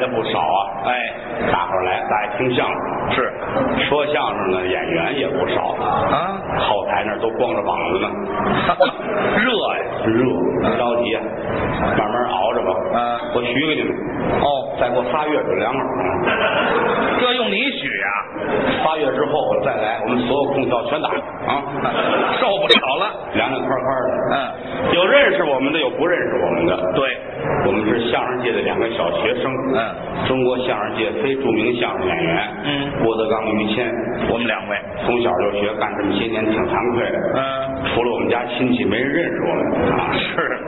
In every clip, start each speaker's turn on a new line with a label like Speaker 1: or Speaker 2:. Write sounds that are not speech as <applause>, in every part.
Speaker 1: 的不少啊，
Speaker 2: 哎，
Speaker 1: 大伙儿来大家听相声，
Speaker 2: 是
Speaker 1: 说相声的演员也不少，
Speaker 2: 啊，
Speaker 1: 后台那儿都光着膀子呢，
Speaker 2: <laughs> 热呀，
Speaker 1: 热，别着急啊，慢慢熬着吧。
Speaker 2: 嗯
Speaker 1: 我许给你们，
Speaker 2: 哦，
Speaker 1: 再过仨月就凉了。
Speaker 2: 这用你许啊，
Speaker 1: 仨月之后我再来，我们所有空调全打开啊，
Speaker 2: 受不了了，
Speaker 1: 凉凉快快的。
Speaker 2: 嗯，
Speaker 1: 有认识我们的，有不认识我们的。
Speaker 2: 对，
Speaker 1: 我们是相声界的两个小学生，
Speaker 2: 嗯，
Speaker 1: 中国相声界非著名相声演员，
Speaker 2: 嗯
Speaker 1: 郭德纲、于谦，
Speaker 2: 我们两位，
Speaker 1: 从小就学，干这么些年挺惭愧的，
Speaker 2: 嗯，
Speaker 1: 除了我们家亲戚，没人认识我们啊。
Speaker 2: 是，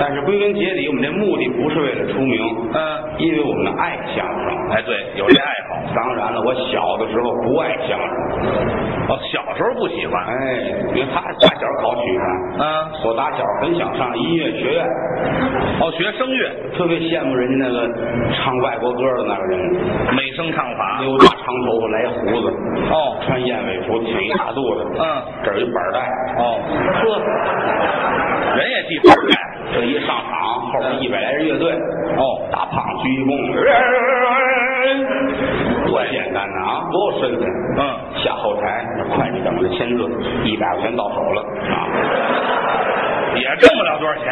Speaker 1: 但是归根结底，我们这目的不是为了出名，
Speaker 2: 嗯，
Speaker 1: 因为我们爱相声。
Speaker 2: 哎，对，有这爱好，
Speaker 1: 当然了，我小的时候不爱相声，
Speaker 2: 哦，小时候不喜欢，
Speaker 1: 哎，因为他打小考曲艺，
Speaker 2: 啊，
Speaker 1: 我打小很想上音乐学院，
Speaker 2: 哦，学声乐，
Speaker 1: 特别羡慕人家那个唱外国歌的那个人，
Speaker 2: 美声唱法，
Speaker 1: 留大长头发来胡子，
Speaker 2: 哦，
Speaker 1: 穿燕尾服，挺一大肚子，
Speaker 2: 嗯，
Speaker 1: 这儿有一板带，
Speaker 2: 哦，
Speaker 1: 呵，
Speaker 2: 人也记本来，
Speaker 1: 这一上场，后边一百来人乐队，
Speaker 2: 哦，
Speaker 1: 大胖鞠一躬，多简单呐啊，多有身份。
Speaker 2: 嗯，
Speaker 1: 下后台，会计等着签字，一百块钱到手了啊！
Speaker 2: 哎也挣不了多少钱，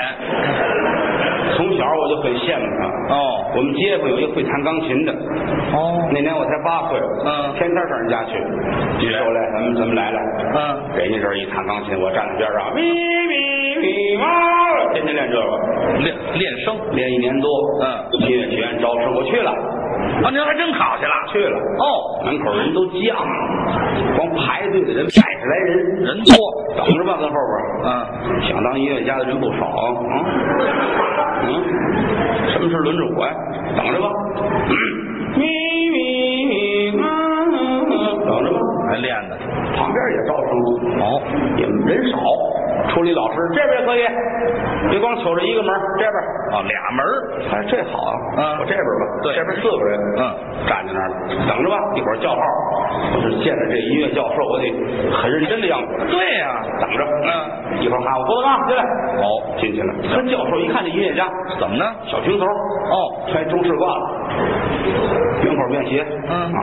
Speaker 1: 从小我就很羡慕他。
Speaker 2: 哦，
Speaker 1: 我们街坊有一个会弹钢琴的，
Speaker 2: 哦，
Speaker 1: 那年我才八岁，
Speaker 2: 嗯
Speaker 1: 天天上人家去，举手来，咱们咱们来来。
Speaker 2: 嗯，
Speaker 1: 人家这儿一弹钢琴，我站在边上，咪咪咪嘛，天天练这个，
Speaker 2: 练练声，
Speaker 1: 练一年多。
Speaker 2: 嗯，
Speaker 1: 音乐学院招生，我去了，
Speaker 2: 啊，您还真考去了，
Speaker 1: 去了。
Speaker 2: 哦，
Speaker 1: 门口人都犟，光排队的人百十来人，
Speaker 2: 人多，
Speaker 1: 等着吧，跟后边。
Speaker 2: 嗯。
Speaker 1: 想当音乐家的人不少啊，嗯，嗯，什么事轮着我呀？等着吧，嗯，咪咪咪啊等着吧。
Speaker 2: 还练的。
Speaker 1: 旁边也招生，
Speaker 2: 哦，
Speaker 1: 也人少。处理老师这边可以，别光瞅着一个门，这边。
Speaker 2: 哦，俩门儿
Speaker 1: 哎，这好啊，
Speaker 2: 嗯
Speaker 1: 我这边吧，
Speaker 2: 对
Speaker 1: 这边四个人，
Speaker 2: 嗯，
Speaker 1: 站在那儿等着吧，一会儿叫号。我是见着这音乐教授，我得很认真的样子。
Speaker 2: 对呀、
Speaker 1: 等着，
Speaker 2: 嗯，
Speaker 1: 一会儿喊我郭德纲进来，
Speaker 2: 哦，
Speaker 1: 进去了。他教授一看这音乐家，
Speaker 2: 怎么呢？
Speaker 1: 小平头，
Speaker 2: 哦，
Speaker 1: 穿中式褂子，圆口便鞋，
Speaker 2: 嗯
Speaker 1: 啊，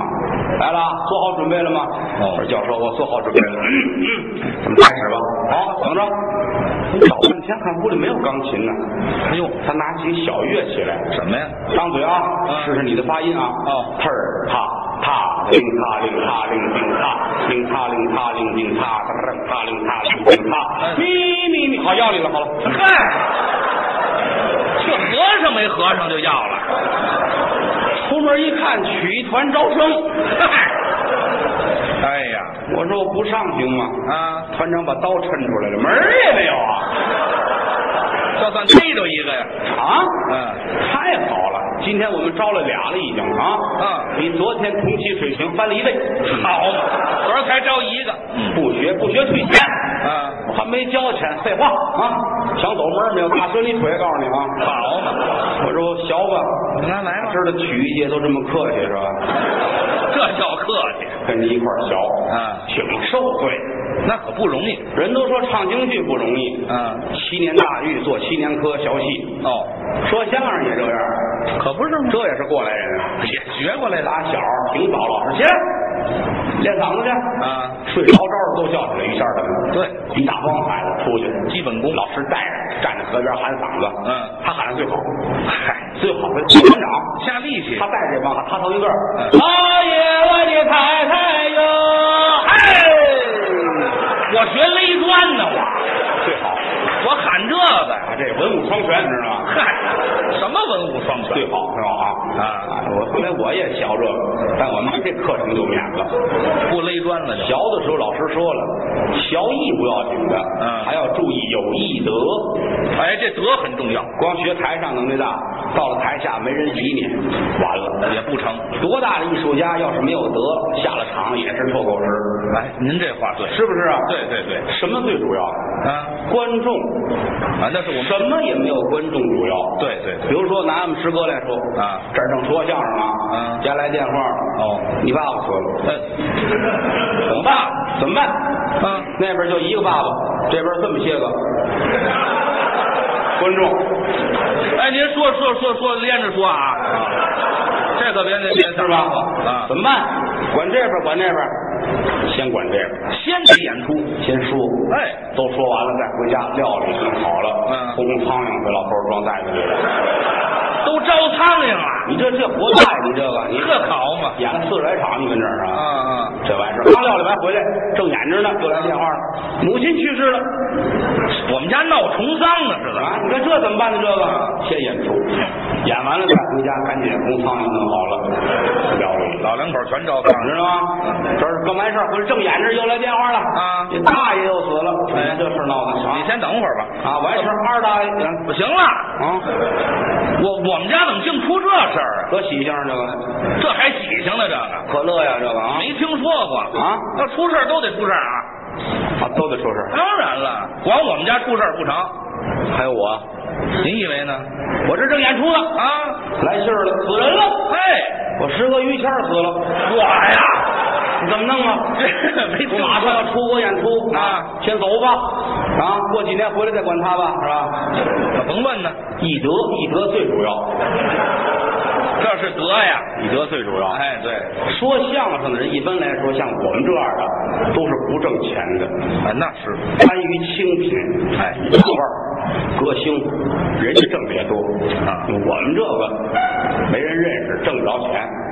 Speaker 1: 来了啊，做好准备了吗？
Speaker 2: 哦
Speaker 1: 我说教授，我做好准备了。嗯咱们开始吧。嗯好，等着。你找半天，看屋里没有钢琴呢。
Speaker 2: 哎呦，
Speaker 1: 他拿起小乐器来，
Speaker 2: 什么呀？
Speaker 1: 张嘴啊，
Speaker 2: 嗯
Speaker 1: 试试你的发音啊。
Speaker 2: 哦
Speaker 1: 特儿踏踏令踏令踏令令踏令踏令踏令令踏踏令踏令令踏。
Speaker 2: 嗯
Speaker 1: 咪咪咪，好要你了，好了。
Speaker 2: 嗨，这和尚没和尚就要了。
Speaker 1: 出门一看，曲艺团招生，
Speaker 2: 嗨，哎呀，
Speaker 1: 我说我不上行吗？
Speaker 2: 啊，
Speaker 1: 团长把刀抻出来了，门儿也没有啊！
Speaker 2: 这算逮着一个呀。
Speaker 1: 啊，
Speaker 2: 嗯，
Speaker 1: 太好了，今天我们招了俩了，已经啊。
Speaker 2: 嗯，
Speaker 1: 比昨天同期水平翻了一倍。
Speaker 2: 好嘛，昨儿才招一个。
Speaker 1: 不学不学退钱。
Speaker 2: 嗯，
Speaker 1: 我还没交钱，废话啊！想走门儿没有？大伸你腿，告诉你啊！
Speaker 2: 好嘛，
Speaker 1: 我说学吧，
Speaker 2: 来来吧，
Speaker 1: 知道曲艺界都这么客气是吧？
Speaker 2: 这叫客气，
Speaker 1: 跟你一块儿学，
Speaker 2: 嗯
Speaker 1: 挺受罪。
Speaker 2: 那可不容易。
Speaker 1: 人都说唱京剧不容易，
Speaker 2: 嗯，
Speaker 1: 七年大狱做七年科学戏，
Speaker 2: 哦，
Speaker 1: 说相声也这样，
Speaker 2: 可不是吗？哎
Speaker 1: 这也是过来人。
Speaker 2: 啊也学过来了。
Speaker 1: 打小挺早，老师起来练嗓子去，
Speaker 2: 啊，
Speaker 1: 睡着着的都叫起来，于谦儿他们
Speaker 2: 对，
Speaker 1: 一大帮孩子出去，
Speaker 2: 基本功。
Speaker 1: 老师带着站在河边喊嗓子，
Speaker 2: 嗯，
Speaker 1: 他喊的最好，
Speaker 2: 嗨，
Speaker 1: 最好的小班长。
Speaker 2: 下力气
Speaker 1: 他。带着这帮孩子，他头一个儿
Speaker 2: 嗯。
Speaker 1: 老爷，我的太太哟，嘿，
Speaker 2: 我学勒砖呢，我
Speaker 1: 最好，
Speaker 2: 我喊这个呀，
Speaker 1: 啊，嗯这文武双全，你知道吗？
Speaker 2: 嗨，什么文武双全？
Speaker 1: 最好，最好啊！
Speaker 2: 啊
Speaker 1: 哎我后来我也学这个，但我们这课程就免了。
Speaker 2: 不勒砖了
Speaker 1: 学
Speaker 2: 就。
Speaker 1: 的时候老师说了，学艺不要紧的，
Speaker 2: 嗯
Speaker 1: 还要注意有艺德。
Speaker 2: 哎，这德很重要，
Speaker 1: 光学台上能耐大，到了台下没人理你，完了。
Speaker 2: 也不成。
Speaker 1: 多大的艺术家要是没有德，下了场也是臭狗屎，
Speaker 2: 哎，您这话对，
Speaker 1: 是不是啊？
Speaker 2: 对对对，
Speaker 1: 什么最主要？
Speaker 2: 啊
Speaker 1: 观众，
Speaker 2: 啊，那是我们
Speaker 1: 什么也没有观众主要。
Speaker 2: 对对对
Speaker 1: 比如说拿俺们师哥来说，
Speaker 2: 啊
Speaker 1: 这儿正说相声呢，啊
Speaker 2: 嗯
Speaker 1: 家来电话了，
Speaker 2: 哦，
Speaker 1: 你爸爸说了，哎
Speaker 2: 嗯
Speaker 1: 怎么办？怎么办？
Speaker 2: 啊，
Speaker 1: 那边就一个爸爸，这边这么些
Speaker 2: <laughs>
Speaker 1: 个观众，
Speaker 2: 哎，您说说说说，连着说啊，这可别别别
Speaker 1: 是吧？
Speaker 2: 啊
Speaker 1: 怎么办？管这边，管那边，先管这边，
Speaker 2: 先得演出，
Speaker 1: 先说。
Speaker 2: 哎，
Speaker 1: 都说完了，再回家料理就好了。
Speaker 2: 嗯
Speaker 1: 偷工苍蝇给老头儿装袋子里了。
Speaker 2: <laughs> 都招苍蝇了，
Speaker 1: 你这这活大爷，你这个你
Speaker 2: 这好嘛？
Speaker 1: 演了四十来场，你跟这儿
Speaker 2: 啊
Speaker 1: 啊？
Speaker 2: 啊，
Speaker 1: 这玩意儿刚料理完回来，正演着呢，就来电话了，母亲去世了
Speaker 2: 我们家闹虫桑呢，是怎么？
Speaker 1: 啊！你说这怎么办呢？这个先演出，演完了再回家，赶紧红苍蝇弄好了，料理了。
Speaker 2: 老两口全招苍
Speaker 1: 你
Speaker 2: 蝇，
Speaker 1: 知道吗？这是刚完事儿，回来正演着，又来电话了
Speaker 2: 啊
Speaker 1: 你大爷又死了，
Speaker 2: 哎
Speaker 1: 这事儿闹的啊
Speaker 2: 你先等会儿吧。
Speaker 1: 啊！完事儿二大爷
Speaker 2: 不行了，
Speaker 1: 啊，
Speaker 2: 我我们家怎么净出这事儿啊？
Speaker 1: 可喜庆这个，
Speaker 2: 这还喜庆呢，这个
Speaker 1: 可乐呀这个啊
Speaker 2: 没听说过
Speaker 1: 啊
Speaker 2: 要出事儿都得出事儿啊！
Speaker 1: 啊都得出事儿，
Speaker 2: 当然了，光我们家出事儿不成，
Speaker 1: 还有我，
Speaker 2: 您以为呢？
Speaker 1: 我这正演出呢，
Speaker 2: 啊，
Speaker 1: 来信儿了，死人了，
Speaker 2: 哎，
Speaker 1: 我师哥于谦儿死了，
Speaker 2: 我呀，
Speaker 1: 你怎么弄啊？
Speaker 2: 这 <laughs> 没听
Speaker 1: 我马上
Speaker 2: 说
Speaker 1: 要出国演出
Speaker 2: 啊，
Speaker 1: 先走吧，啊，过几年回来再管他吧，是吧？
Speaker 2: 过，甭问呢，
Speaker 1: 以德，以德最主要，
Speaker 2: 这是德呀。
Speaker 1: 以德最主要，
Speaker 2: 哎，对，
Speaker 1: 说相声的人一般来说，像我们这样的都是不挣钱的，
Speaker 2: 啊，那是，
Speaker 1: 甘于清贫，
Speaker 2: 哎
Speaker 1: 大腕儿、歌星，人家挣的也多
Speaker 2: 啊
Speaker 1: 我们这个没人认识，挣不着钱，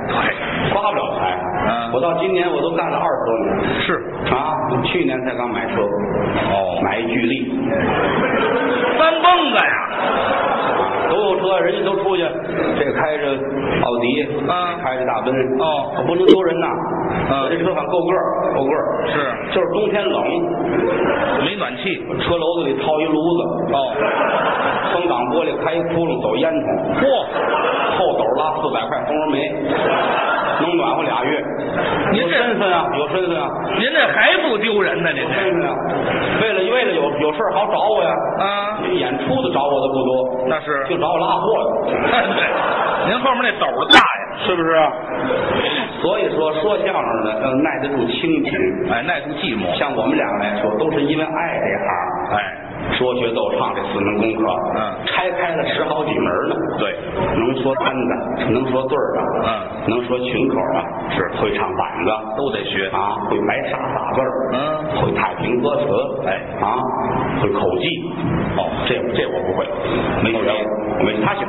Speaker 2: 哎，
Speaker 1: 发不了财。
Speaker 2: 嗯
Speaker 1: 我到今年我都干了二十多年
Speaker 2: 是，
Speaker 1: 啊，去年才刚买车，
Speaker 2: 哦
Speaker 1: 买一巨力，
Speaker 2: 翻蹦子呀，
Speaker 1: 都有车，人家都出去，这开着奥迪，
Speaker 2: 啊
Speaker 1: 开着大奔，
Speaker 2: 哦，
Speaker 1: 不能丢人呐。
Speaker 2: 嗯
Speaker 1: 我这车反够个儿，够个儿，
Speaker 2: 是
Speaker 1: 就是冬天冷，
Speaker 2: 没暖气，
Speaker 1: 车篓子里套一炉子，
Speaker 2: 哦，
Speaker 1: <laughs> 风挡玻璃开一窟窿，走烟囱，
Speaker 2: 嚯，
Speaker 1: 后斗拉四百块蜂窝
Speaker 2: <laughs>
Speaker 1: 煤，能暖和俩月。
Speaker 2: 您
Speaker 1: 有
Speaker 2: 这
Speaker 1: 身份啊，有身份啊，
Speaker 2: 您这还不丢人呢，您
Speaker 1: 有
Speaker 2: 这
Speaker 1: 身份啊！为了为了有有事儿好找我呀。
Speaker 2: 啊， <laughs>
Speaker 1: 演出的找我的不多，
Speaker 2: 那是
Speaker 1: 就找我拉货的。
Speaker 2: 哎对，您后面那斗儿大呀，
Speaker 1: 是不是啊？所以说，说相声的要耐得住清贫。
Speaker 2: 哎，耐住寂寞，
Speaker 1: 像我们两个来说，都是因为爱这行，
Speaker 2: 哎，
Speaker 1: 说学逗唱这四门功课，
Speaker 2: 嗯
Speaker 1: 拆开了十好几门呢。
Speaker 2: 对，
Speaker 1: 能说单子，能说对儿啊，嗯，能说群口啊，
Speaker 2: 是
Speaker 1: 会唱板子
Speaker 2: 都得学，
Speaker 1: 啊，会白沙打字儿，
Speaker 2: <laughs> 嗯，
Speaker 1: 会太平歌词，
Speaker 2: 哎
Speaker 1: 啊，会口技，哦，这这我不会，没学过，没他行。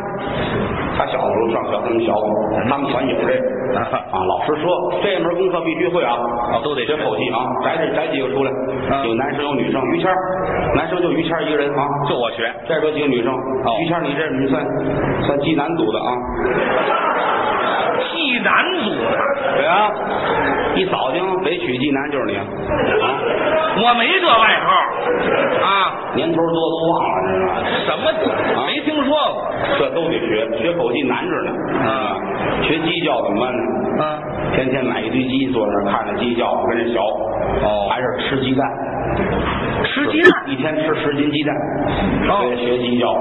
Speaker 1: 他小时候上小，他们小我，他们团有这个啊，老师说这门功课必须会啊，
Speaker 2: 哦都得
Speaker 1: 学口技啊，摘这摘几个出来，
Speaker 2: 嗯
Speaker 1: 有男生有女生，于谦儿，男生就于谦儿一个人啊，
Speaker 2: 就我学，哦
Speaker 1: 这边有几个女生，于谦儿你这你算算济南组的啊，
Speaker 2: 济南组的，
Speaker 1: 对啊，一扫听北曲济南就是你啊，
Speaker 2: 我没这外号啊，
Speaker 1: 年头多都忘了，你知道吗？
Speaker 2: 什么组没听说过，
Speaker 1: 这都得学，学口技难着呢。
Speaker 2: 啊，
Speaker 1: 学鸡叫怎么办呢？
Speaker 2: 啊，
Speaker 1: 天天买一堆鸡，坐那儿看着鸡叫，跟着学。
Speaker 2: 哦
Speaker 1: 还是吃鸡蛋，
Speaker 2: 吃鸡蛋，
Speaker 1: 一天吃十斤鸡蛋。
Speaker 2: 哦
Speaker 1: 学学鸡叫，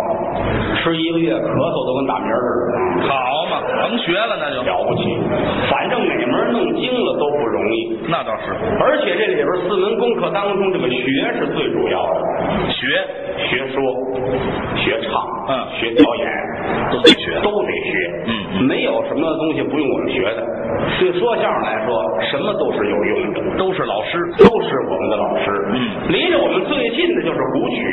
Speaker 1: 吃一个月咳嗽都跟打鸣儿似
Speaker 2: 好嘛，甭学了那
Speaker 1: 的，
Speaker 2: 就，
Speaker 1: 了不起。反正哪门弄精了都不容易，
Speaker 2: 那倒是，
Speaker 1: 而且这里边四门功课当中，这个学是最主要的，
Speaker 2: 学
Speaker 1: 学说、学唱、
Speaker 2: 嗯
Speaker 1: 学表演，
Speaker 2: 都得学，
Speaker 1: 都得学，
Speaker 2: 嗯，
Speaker 1: 没有什么东西不用我们学的。对说相声来说，什么都是有用的，
Speaker 2: 都是老师，
Speaker 1: 都是我们的老师。
Speaker 2: 嗯，
Speaker 1: 离着我们最近的就是古曲，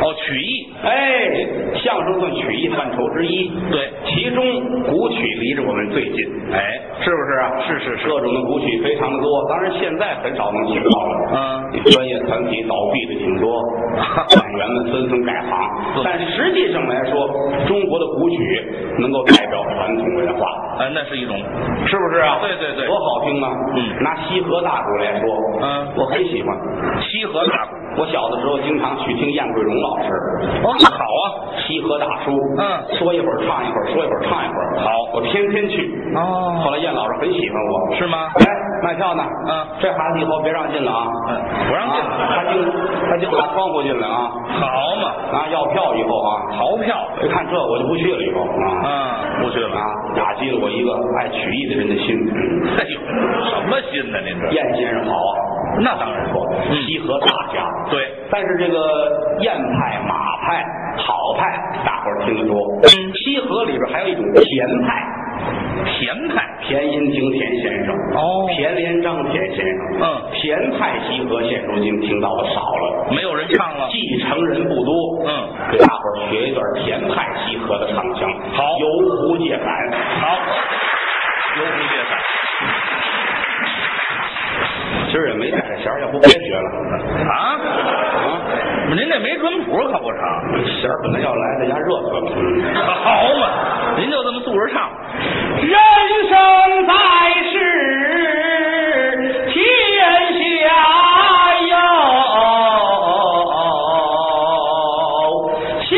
Speaker 2: 哦，曲艺，
Speaker 1: 哎，相声算曲艺范畴之一，
Speaker 2: 对，
Speaker 1: 其中古曲离着我们最近，
Speaker 2: 哎，
Speaker 1: 是不是啊？
Speaker 2: 是是是
Speaker 1: 各种的古曲非常的多，当然现在很少能学到了。
Speaker 2: 嗯，
Speaker 1: 专业团体倒闭的挺
Speaker 2: <laughs>
Speaker 1: 多，演员们纷纷改行
Speaker 2: 对。
Speaker 1: 但实际上来说，中国的古曲能够代表传统文化，
Speaker 2: 哎，那是一哦种，
Speaker 1: 是不是啊？
Speaker 2: 对对对
Speaker 1: 多好听啊！
Speaker 2: 嗯
Speaker 1: 拿西河大鼓来说，
Speaker 2: 嗯
Speaker 1: 我很喜欢。
Speaker 2: 西河大鼓，
Speaker 1: 我小的时候经常去听燕桂荣老师，
Speaker 2: 哦，好啊，
Speaker 1: 西河大叔，
Speaker 2: 嗯
Speaker 1: 说一会儿唱一会儿，说一会儿唱一会儿。
Speaker 2: 好
Speaker 1: 我天天去。
Speaker 2: 哦
Speaker 1: 后来燕老师很喜欢我，
Speaker 2: 是吗？
Speaker 1: 哎，卖票呢？
Speaker 2: 嗯
Speaker 1: 这孩子以后别让进了啊！
Speaker 2: 嗯不让进了
Speaker 1: 啊他
Speaker 2: <laughs>
Speaker 1: 净他净打窗户进来啊！
Speaker 2: 好嘛，
Speaker 1: 啊，要票以后啊，
Speaker 2: 逃票，
Speaker 1: 一看这我就不去了以后啊
Speaker 2: 嗯，不去
Speaker 1: 啊
Speaker 2: 了，，
Speaker 1: 打击了我一个爱曲艺的人的心。嗯
Speaker 2: 哎呦，什么心呢？您这，
Speaker 1: 燕先生好啊，
Speaker 2: 那当然
Speaker 1: 说
Speaker 2: 嗯
Speaker 1: 西河大家，
Speaker 2: 对，
Speaker 1: 但是这个燕派、马派、好派，大伙儿听得多。西河里边还有一种田派，
Speaker 2: 甜派
Speaker 1: 田英亭田先生，
Speaker 2: 哦
Speaker 1: 田连章田先生，
Speaker 2: 嗯
Speaker 1: 田派习合现如今听到的少了，
Speaker 2: 没有人唱了，
Speaker 1: 继承人不多，
Speaker 2: 嗯，
Speaker 1: 给大伙儿学一段田派习合的唱腔，
Speaker 2: 好
Speaker 1: 游湖借伞，
Speaker 2: 好，游湖借伞，
Speaker 1: 今儿也没带着弦儿，要不别学了
Speaker 2: 啊，
Speaker 1: 啊。
Speaker 2: 您这没准谱可不啊成，
Speaker 1: 弦儿本来要来的，家热死了。嗯
Speaker 2: 好嘛，您就这么素着唱，
Speaker 3: 人生在世，天下有西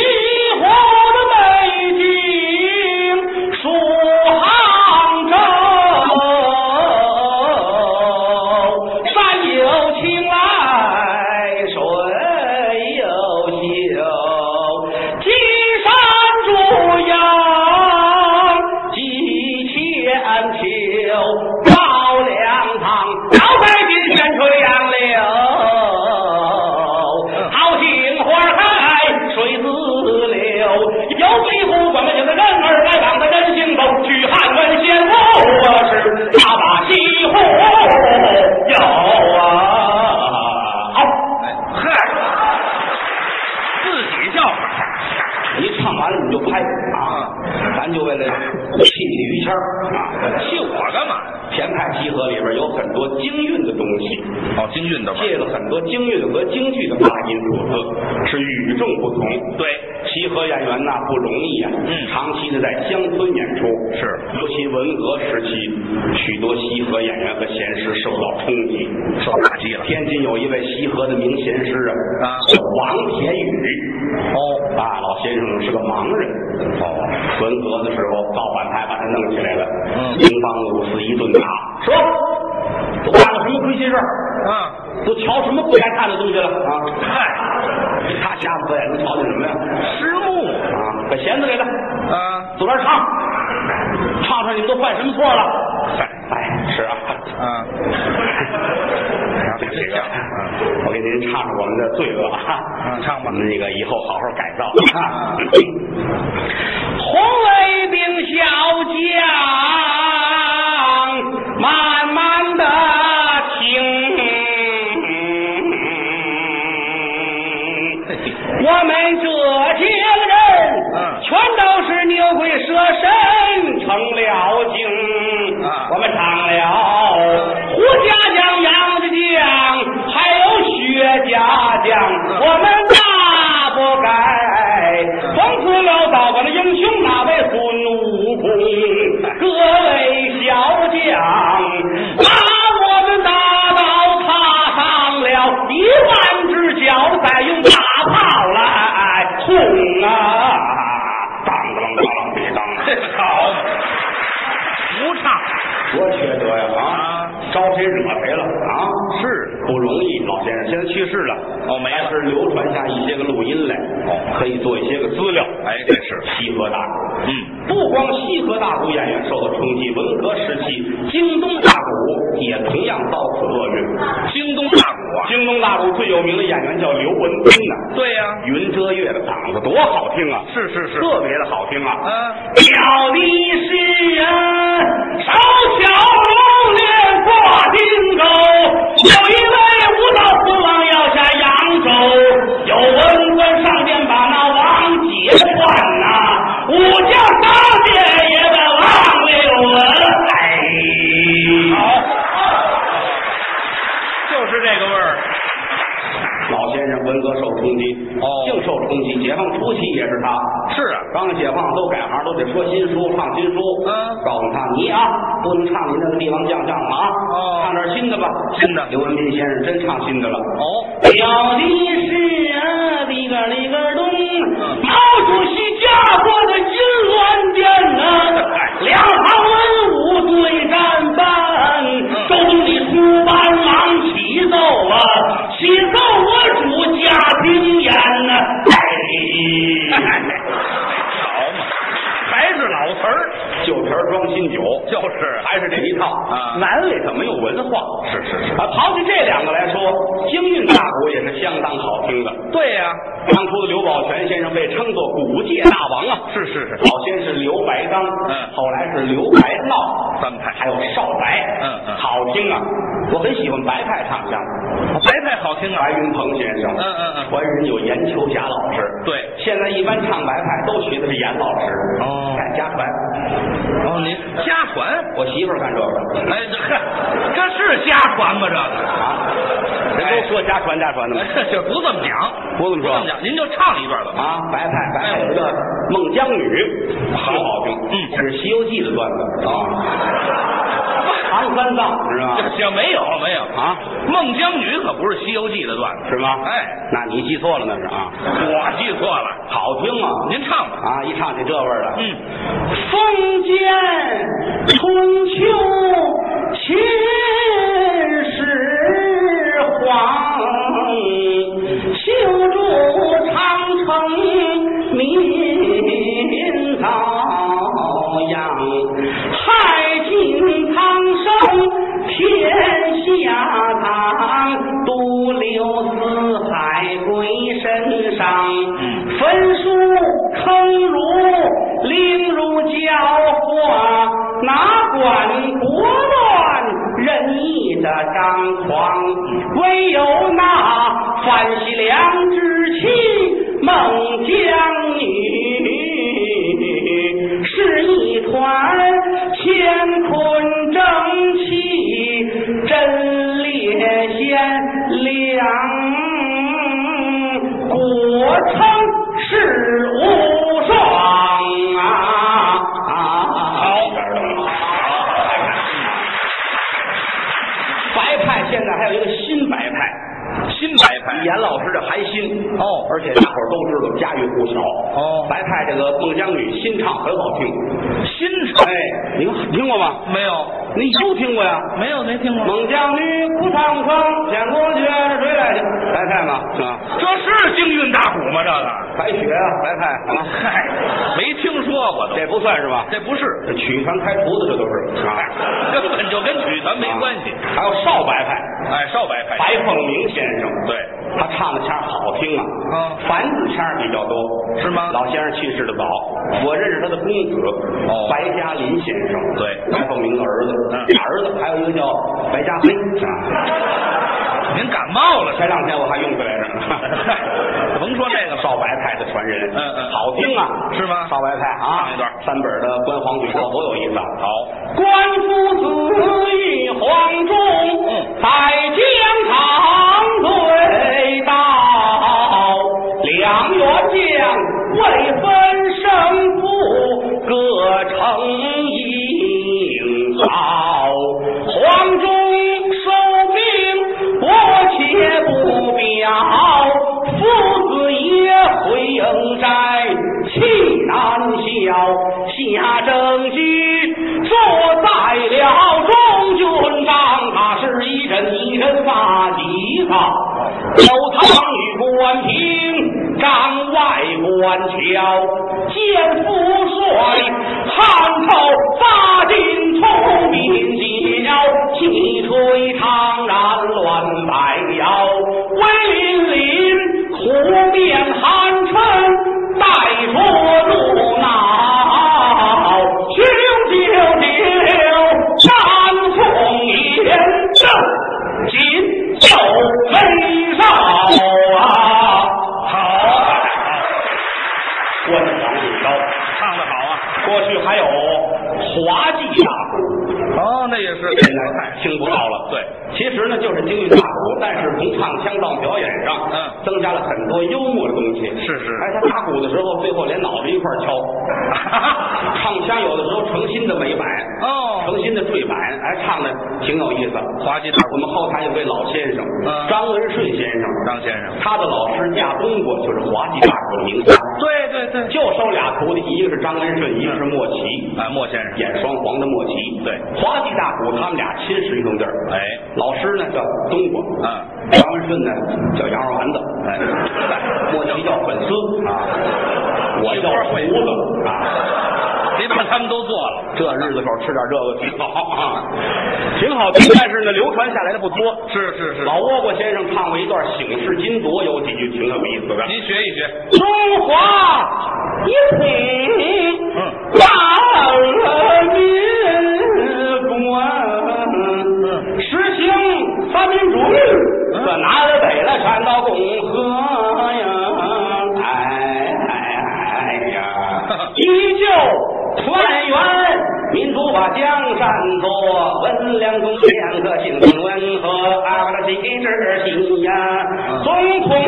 Speaker 3: 湖的美景数杭州，山有青来水有秀，金山竹影几千秋，高粱堂老北京山水杨柳，好杏花开水自流，游西湖管不清的人儿来往的人行走，去汉文献物我是大把西湖有啊。
Speaker 2: 嗨，自己叫法，
Speaker 1: 一唱完了你就拍啊，咱就为了气于谦儿啊。
Speaker 2: 气我干嘛？
Speaker 1: 田派集合里边有很多京韵的东西，
Speaker 2: 哦，京韵的吧？
Speaker 1: 借了很多京韵和京剧的发音所赐，是与众不同。
Speaker 2: 对，
Speaker 1: 齐河演员呐不容易呀、
Speaker 2: 嗯
Speaker 1: 长期的在乡村演出，
Speaker 2: 是
Speaker 1: 尤其文革时期，许多西河演员和闲诗受到冲击，
Speaker 2: 受打击了
Speaker 1: 天津有一位西河的名闲诗啊，
Speaker 2: 啊
Speaker 1: 叫王田宇。
Speaker 2: 哦，
Speaker 1: 啊，老先生是个盲人。哦，文革的时候，造反派把他弄起来了。
Speaker 2: 嗯
Speaker 1: 英帮五四一顿打，说都干了什么亏心事儿？
Speaker 2: 啊，
Speaker 1: 都瞧什么不该看的东西了啊？
Speaker 2: 嗨，
Speaker 1: 他瞎子眼能瞧见什么呀？
Speaker 2: 师母
Speaker 1: 啊，把弦子给他，
Speaker 2: 啊，
Speaker 1: 左边唱，唱唱你们都犯什么错了？
Speaker 2: 嗨，
Speaker 1: 哎，是啊。
Speaker 2: <laughs> 啊，
Speaker 1: 这个，我给您唱唱我们的罪恶啊！
Speaker 2: 嗯唱吧嗯
Speaker 1: 那个以后好好改造啊！
Speaker 3: 红卫兵小将，慢慢的听，我们浙江人
Speaker 2: 嗯
Speaker 3: 全都是牛鬼蛇神成了精，
Speaker 2: 啊
Speaker 3: 我们唱了胡家将、杨家将，还有薛家将，我们大不该。从此了早把那英雄哪位孙悟空，各位小将，把我们打倒，踏上了一万只脚，再用大炮来轰啊！
Speaker 1: 当当当当当当。
Speaker 2: <laughs> 好嘛，不唱，
Speaker 1: 多缺德呀啊
Speaker 2: 啊！
Speaker 1: 招谁惹谁了啊？
Speaker 2: 是
Speaker 1: 不容易，老先生现在去世了，
Speaker 2: 哦没了
Speaker 1: 但是流传下一些个录音来，哦，可以做一些个资料。
Speaker 2: 哎这是
Speaker 1: 西河大鼓，
Speaker 2: 嗯，
Speaker 1: 不光西河大鼓演员受到冲击，文革时期京东大鼓也同样遭此厄运。
Speaker 2: 京东大鼓啊，
Speaker 1: 京东大鼓最有名的演员叫刘文斌呐、
Speaker 2: <laughs> 对呀、
Speaker 1: 云遮月的嗓子多好听啊，
Speaker 2: 是是是，
Speaker 1: 特别的好听啊。
Speaker 2: 啊，
Speaker 3: 小的是啊人，手巧龙练挂金钩，有一位武道父王要下扬州，有文官上殿把那王解换呐、武将上殿也把王六文。哎，
Speaker 2: 就是这个味儿，
Speaker 1: 老先生文革受冲击，
Speaker 2: 哦
Speaker 1: 净受冲击。解放初期也是他，
Speaker 2: 是啊，
Speaker 1: 刚解放都改行，都得说新书，唱新书。
Speaker 2: 嗯
Speaker 1: 告诉他你啊，不能唱你那个帝王将相了啊，
Speaker 2: 哦
Speaker 1: 唱点新的吧。
Speaker 2: 新的
Speaker 1: 刘文斌先生真唱新的了。
Speaker 2: <laughs> 哦，
Speaker 3: 小的是啊，里个里个咚，毛主席驾过的金銮殿呐，
Speaker 2: 哎
Speaker 3: 两行文武对战班，
Speaker 2: 嗯
Speaker 3: 周总理出班忙起奏啊，起奏我主驾经言呐、哎，
Speaker 2: 好嘛，还是老词儿，
Speaker 1: 旧瓶儿装新酒，
Speaker 2: 就是
Speaker 1: 还是这一套
Speaker 2: 啊
Speaker 1: 难为他没有文化。
Speaker 2: 是是是
Speaker 1: 啊，刨去这两个来说，京韵大鼓也是相当好听的。
Speaker 2: 对呀、
Speaker 1: 当初的刘宝全先生被称作古界大王啊，
Speaker 2: 是是是，
Speaker 1: 早先是刘白刚，
Speaker 2: 嗯
Speaker 1: 后来是刘白闹，
Speaker 2: 三派
Speaker 1: 还有少白，
Speaker 2: 嗯嗯
Speaker 1: 好听啊！我很喜欢白派唱腔，
Speaker 2: 白菜好听啊
Speaker 1: 白。云鹏先生，
Speaker 2: 嗯嗯嗯
Speaker 1: 传人有严秋霞老师，
Speaker 2: 对
Speaker 1: 现在一般唱白派都学的是严老师，
Speaker 2: 哦
Speaker 1: 改家传，
Speaker 2: 哦，您家传？
Speaker 1: 我媳妇儿干这个，
Speaker 2: 哎，这呵，这是家传吗？这个
Speaker 1: 啊，人都说家传家传的吗？
Speaker 2: 哎 <laughs> 这不这么讲，
Speaker 1: 不这么说
Speaker 2: 这么讲，您就唱一段吧。
Speaker 1: 啊，白派白派有一个孟姜女，好好听，
Speaker 2: 嗯
Speaker 1: 是《西游记》的段子啊，唐三藏
Speaker 2: <laughs>
Speaker 1: 是吧？
Speaker 2: 这这没有没有
Speaker 1: 啊，
Speaker 2: 孟姜女可不是《西游记》的段子，
Speaker 1: <laughs> 是吗？
Speaker 2: 哎，
Speaker 1: 那你记错了那是啊，
Speaker 2: 我记错了，
Speaker 1: 好听啊，
Speaker 2: 您唱吧。
Speaker 1: 啊，一唱起这味儿来，
Speaker 2: 嗯，
Speaker 3: 风间春秋秦始皇，修筑长城民遭殃，害尽苍生天下堂，独留四海归身上，焚书坑儒，凌辱教化，哪管国乱仁义的张狂？唯有那反西凉之妻孟姜女，是一团乾坤正气，真烈贤良，国称世无双啊！
Speaker 1: 好点儿的，白派现在还有一个新白派，
Speaker 2: 新白派。
Speaker 1: 严老师的韩信
Speaker 2: 哦
Speaker 1: 而且大伙儿都知道家喻户晓
Speaker 2: 哦
Speaker 1: 白派这个孟姜女新唱很好听，
Speaker 2: 新唱
Speaker 1: 哎，你听过吗？
Speaker 2: 没有，
Speaker 1: 你都听过呀？
Speaker 2: 没有没听过。
Speaker 1: 孟姜女哭苍苍，见过绝世谁来的？白派吗？啊是吧？
Speaker 2: 这是京韵大鼓吗？这个，
Speaker 1: 白雪啊，白派啊，
Speaker 2: 嗨，没听说过都。
Speaker 1: 这不算是吧？
Speaker 2: 这不是，
Speaker 1: 这曲艺团开除的，这都是啊，
Speaker 2: 根本就跟曲团没关系。
Speaker 1: 啊还有少白派，
Speaker 2: 哎，少白派。
Speaker 1: 白凤鸣先生，
Speaker 2: 对，
Speaker 1: 他唱的腔好听啊，
Speaker 2: 嗯
Speaker 1: 凡字腔比较多，
Speaker 2: 是吗
Speaker 1: 老先生去世的早，我认识他的公子，
Speaker 2: 哦
Speaker 1: 白嘉林先生，
Speaker 2: 对
Speaker 1: 白凤鸣的儿子，
Speaker 2: 嗯
Speaker 1: 俩儿子，还有一个叫白嘉黑，
Speaker 2: <laughs>
Speaker 1: 啊，
Speaker 2: 您感冒了是吧？
Speaker 1: 前两天我还用回来着。
Speaker 2: <laughs> 甭说这个
Speaker 1: <laughs>
Speaker 2: 了。
Speaker 1: 少白派的传人，
Speaker 2: 嗯嗯
Speaker 1: 好听啊，
Speaker 2: 是吗
Speaker 1: 少白派啊，
Speaker 2: 唱一段
Speaker 1: 三本的《关黄举报》多有意思啊！好，
Speaker 3: 官夫子与黄忠，在疆场对道，两员将未分胜负，各逞英豪。黄忠收兵，我且不表，父子爷回营寨，气难消，下正军。坐在了中军帐，他是一人一人发几个，有唐与关平、张外关桥，见父帅汉口发进出民交，气吹长髯乱摆摇，威凛凛，湖面寒嗔，带着怒恼，雄赳赳，山凤眼正紧皱眉梢啊！
Speaker 2: 好，
Speaker 1: 关黄举刀，
Speaker 2: 唱的好啊。
Speaker 1: 过去还有滑稽大鼓。
Speaker 2: 哦，那也是。
Speaker 1: 现在听不到了。
Speaker 2: 对，
Speaker 1: 其实呢就是京韵大鼓，但是从唱腔到表演上，
Speaker 2: 嗯
Speaker 1: 增加了很多幽默的东西。
Speaker 2: 是是
Speaker 1: 哎，他打鼓的时候，最后连脑袋一块儿敲。唱腔有的时候诚心的尾摆，
Speaker 2: 哦
Speaker 1: 诚心的坠板，哎，唱的挺有意思。
Speaker 2: 滑稽大鼓
Speaker 1: 啊我们后台有位老先生，
Speaker 2: 嗯
Speaker 1: 张文顺先生，
Speaker 2: 张先生。
Speaker 1: 他的老师亚东国就是滑稽大鼓的名家，
Speaker 2: 对对对。
Speaker 1: 就收俩徒弟，一个是张文顺，一个是莫奇。
Speaker 2: 哎，莫先生。
Speaker 1: 演双簧的莫奇，
Speaker 2: 对
Speaker 1: 滑稽大鼓，他们俩亲是一种地儿。
Speaker 2: 哎，
Speaker 1: 老师呢叫冬瓜，
Speaker 2: 嗯，
Speaker 1: 杨文顺呢叫羊肉丸子， <laughs>
Speaker 2: 哎，
Speaker 1: 莫奇叫粉丝啊，我叫
Speaker 2: 一块儿
Speaker 1: 胡 <laughs>
Speaker 2: 混
Speaker 1: 子啊，
Speaker 2: 别把他们都做了，
Speaker 4: 这日子口吃点这个挺好啊，挺好听。但是呢，流传下来的不多。
Speaker 2: 是是是，
Speaker 4: 老倭瓜先生唱过一段《醒世金铎》，有几句挺有意思的。
Speaker 2: 您学一学，
Speaker 1: 中华一统
Speaker 4: 嗯
Speaker 1: 大民国，实行三民主义，这南了北了全到共和呀！哎哎哎呀，依旧团圆，民族把江山夺，文良恭两个性更温和，阿巴拉西之心呀，总统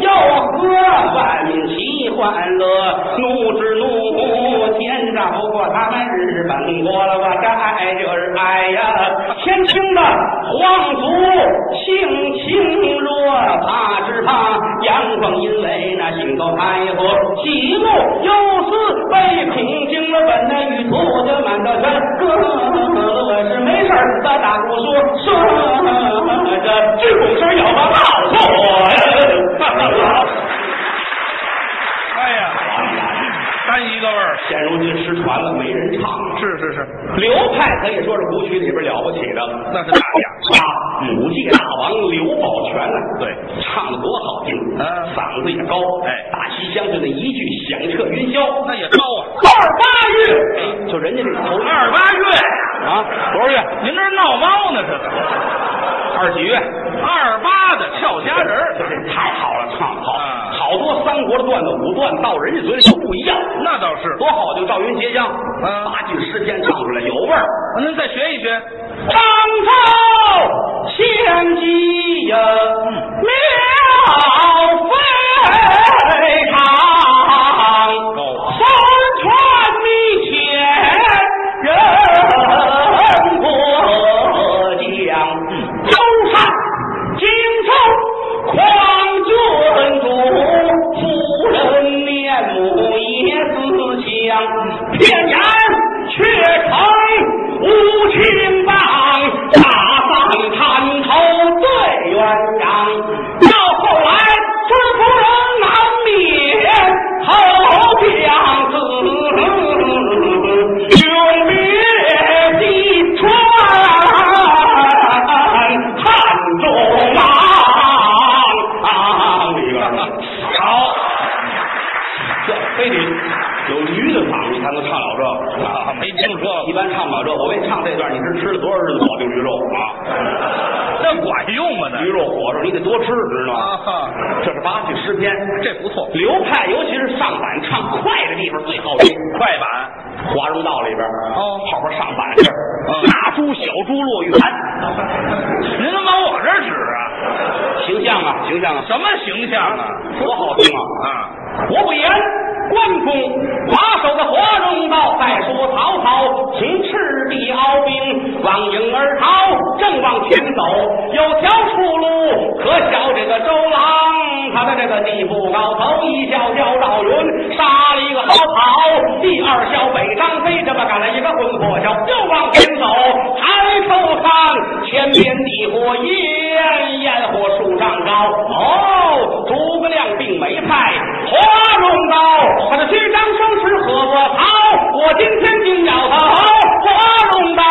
Speaker 1: 要和万民齐欢乐，怒之怒，天下不过他们日本国了，我这爱就是爱呀，天清的皇族性情弱，怕只怕杨广因为那性高太和，喜怒忧思被恐惊了本那玉兔就满道全，哥我是没事儿的大姑说说着，这拱声咬吧告诉我呀。
Speaker 2: 哎呀，单一个味儿，
Speaker 4: 现如今失传了，没人唱了。
Speaker 2: 是是是，
Speaker 4: 流派可以说是古曲里边了不起的，
Speaker 2: 那是大
Speaker 4: 家啊，五界大王刘宝全呢、
Speaker 2: 对，
Speaker 4: 唱的多好听，
Speaker 2: 嗯
Speaker 4: 嗓子也高，
Speaker 2: 哎
Speaker 4: 大西厢就那一句响彻云霄，
Speaker 2: 那也高啊，
Speaker 4: 二八月，哎，就人家这头
Speaker 2: 二八月，
Speaker 4: 啊，多少月？
Speaker 2: 您这儿闹猫呢？这个
Speaker 4: 二几月？
Speaker 2: 二八的俏佳人儿，
Speaker 4: 这太好了，唱得好，
Speaker 2: 嗯
Speaker 4: 好多三国的段子、武段到人家嘴里就不一样，
Speaker 2: 那倒是。
Speaker 4: 多好！就赵云截江，
Speaker 2: 嗯
Speaker 4: 八句诗篇唱出来有味儿。
Speaker 2: 您再学一学，
Speaker 1: 张昭相继呀，妙非常，
Speaker 2: 哦
Speaker 4: 啊
Speaker 1: 三川密前人过江，舟上荆州匡君主，夫人面目也思乡，偏言却成。无情棒打上滩头对鸳鸯，到后来知夫人难免后将死，永别西川汉中王。
Speaker 4: 里边好，这非得有驴的嗓子才能唱了这个
Speaker 2: 啊没听说过
Speaker 4: 一般唱不了这。我给你唱这段，你是吃了多少日子保定驴肉啊？
Speaker 2: 那管用吗？
Speaker 4: 驴
Speaker 2: 那
Speaker 4: 肉火烧，你得多吃，知道吗？
Speaker 2: 啊，
Speaker 4: 这是八句诗篇，
Speaker 2: 这不错，
Speaker 4: 流派尤其是上板唱快的地方最好听。
Speaker 2: 快板
Speaker 4: 华容道里边，
Speaker 2: 哦
Speaker 4: 后边上板这儿，
Speaker 2: 嗯
Speaker 4: 大珠小珠落玉盘，
Speaker 2: 您能往我这儿指
Speaker 4: 形象啊，形象啊
Speaker 2: 啊？，什么形象啊？
Speaker 4: 多好听啊！
Speaker 2: 啊，
Speaker 1: 我不言，关公把守的华容道。再说曹操从赤壁鏖兵，望营而逃，正往前走，有条出路。可笑这个周郎，他的这个地步高，头一笑叫赵云，杀了一个好跑。第二笑北张飞，这么赶了一个混破笑，又往前走，抬头看前边地火焰，焰火树上高。哦，诸葛亮并没派华容道，他的虚张声势和我逃，我今天定要逃华容道，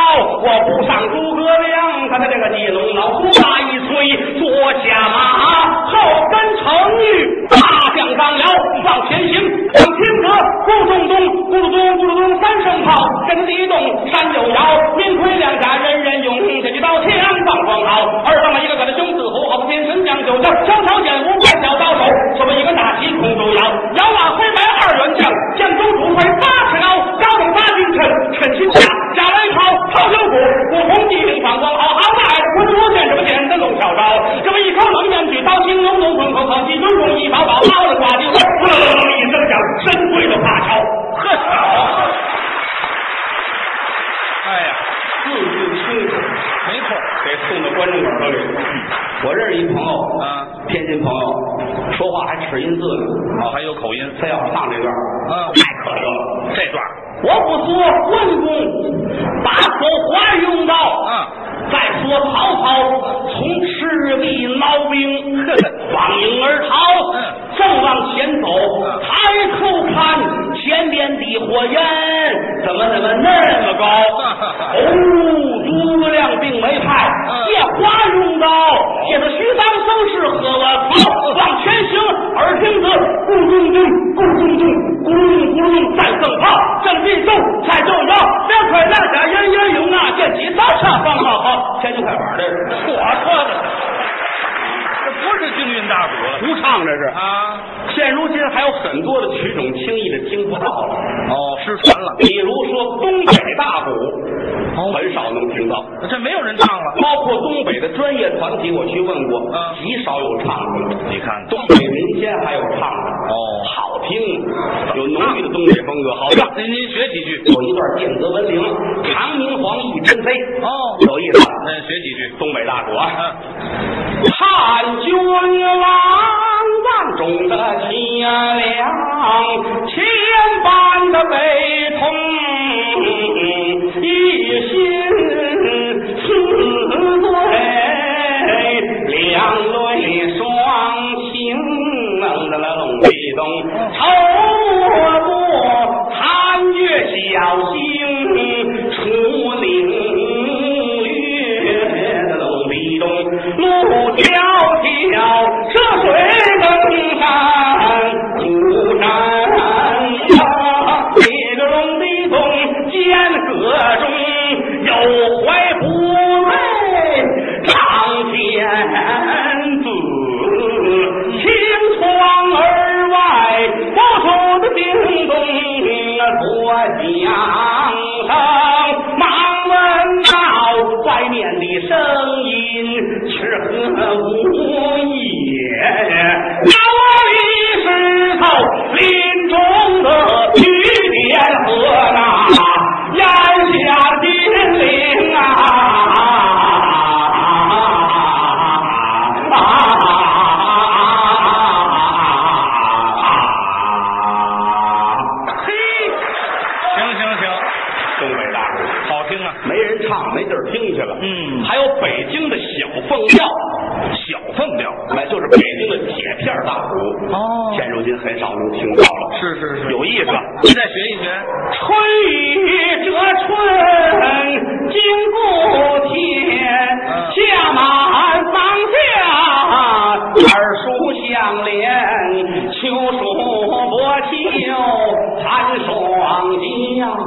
Speaker 1: 我不上诸葛亮，他的这个接龙老胡大一催，坐下马，后跟程昱，大将张辽往前行，往天阁，咕咚咚，咕噜咚，咕噜咚，三声炮，人地动，山有摇，面盔两甲人人勇，这一刀枪棒光好，二棒了一个个的胸似虎，好不天神将九将，枪朝眼无怪小刀手，手么一个大旗空中摇，摇马挥白二元将，将中主快八尺高，高等八军臣，臣心甲，甲来袍，袍九虎，古红地领反光好，好歹浑浊见什么见的龙小刀，这么一口冷烟举刀青龙龙凤口口气，龙龙一宝宝，刀了挂地棍，扑棱棱一声响，身跪着怕桥，呵。
Speaker 2: 哎呀，
Speaker 4: 字字清楚，
Speaker 2: 没错，
Speaker 4: 得送到观众耳朵里。我认识一朋友，
Speaker 2: 啊，
Speaker 4: 天津朋友，说话还齿音字呢，
Speaker 2: 哦，还有口音，
Speaker 4: 非要唱这段，
Speaker 2: 啊
Speaker 4: 太可乐了。
Speaker 2: 这段儿
Speaker 1: 我不说关公把守华容道，
Speaker 2: 啊，
Speaker 1: 再说曹操从赤壁鏖兵， <laughs> 往营而逃，
Speaker 2: 嗯
Speaker 1: 正往前走，抬头看前天边地火焰怎么怎么那么高？
Speaker 2: 啊
Speaker 1: 哦，诸葛亮并没派借花用刀，借着徐当曾是何我曹往前行，耳听得咕咚咚，咕咚咚，咕隆咕隆战胜炮，战地动，菜就摇，两块大甲烟烟涌啊，溅起刀叉放好好，天津快板这是。
Speaker 5: 我说的，这不是京韵大鼓了
Speaker 2: 不唱这是。
Speaker 5: 啊！
Speaker 2: 现如今还有很多的曲种轻易的听不到了，
Speaker 5: 哦，失传了，
Speaker 2: 比如说东北大鼓，
Speaker 5: 哦
Speaker 2: 很少能听到。
Speaker 5: 这没有人唱了。
Speaker 2: 包括东北的专业团体，我去问过，
Speaker 5: 嗯
Speaker 2: 极少有唱的。
Speaker 5: 你看
Speaker 2: 东北民间还有唱的，
Speaker 5: 哦
Speaker 2: 好听，有浓郁的东北风格，好听。
Speaker 5: 您您学几句
Speaker 2: 有一段电子文铃，长明皇一真飞，
Speaker 5: 哦
Speaker 2: 有意思啊。
Speaker 5: 那学几句。
Speaker 2: 东北大鼓啊，
Speaker 5: 啊，
Speaker 2: 盼君王万种的凄凉，千般的悲痛，一心死罪，两泪双倾，冷的了隆地咚，愁不寒月小星出岭月隆地咚，路迢迢涉水登山，孤山啊，地隆地咚，间隔中有怀不累，长天子。青窗而外，不出的叮咚啊，多响声。忙问道，外面的声音是何物也？哪里石头林中的雨点和那檐下的金铃啊！啊嘿，
Speaker 5: 行行行，
Speaker 2: 东北大鼓
Speaker 5: 好听啊。
Speaker 2: 没人唱，没地儿听去了。
Speaker 5: 嗯
Speaker 2: 还有北京的小凤调，
Speaker 5: 小凤调。
Speaker 2: 那就是北京的铁片大鼓。
Speaker 5: 哦
Speaker 2: 现如今很少能听到了。
Speaker 5: 是是是
Speaker 2: 有意思。
Speaker 5: 您再学一学。
Speaker 1: 吹着春金固天，下满房下二树相连，秋树薄秋，寒霜降，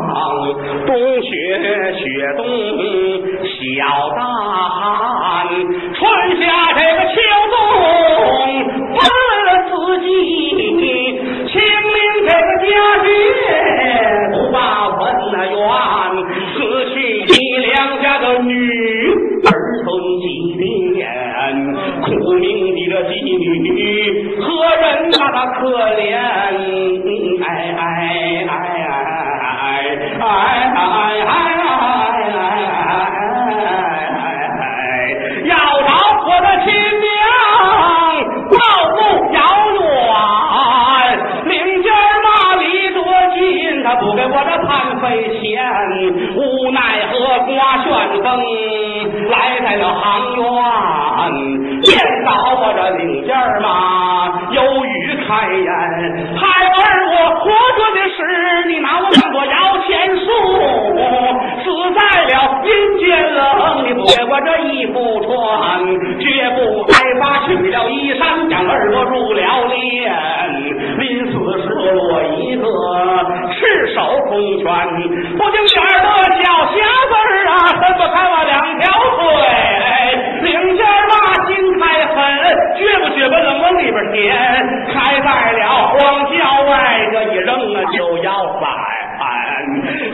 Speaker 1: 冬雪雪冬，
Speaker 5: <laughs>
Speaker 1: 小大寒，春夏这个秋冬不四季，清明这个佳节不把文那怨，死去你娘家的女儿孙几恋，苦命你这妓女何人把她可怜？嗯哎哎哎哎哎哎哎哎哎哎！要找我的亲娘，道不遥远，领家那里多近，他不给我这盘费钱，无奈何刮旋风来在了行院，见到我这领家嘛，有雨开眼，孩儿我活着的时，你拿我当做摇钱树，死在了阴间冷，你不给我这衣服穿，绝不该发去了衣裳，将耳朵入了殓，临死时我一个赤手空拳，不经眼儿的脚匣子儿啊，伸不开我两条腿，领尖儿嘛心太狠，绝不绝不能往里边填，开在了荒郊外，这一扔啊就要散。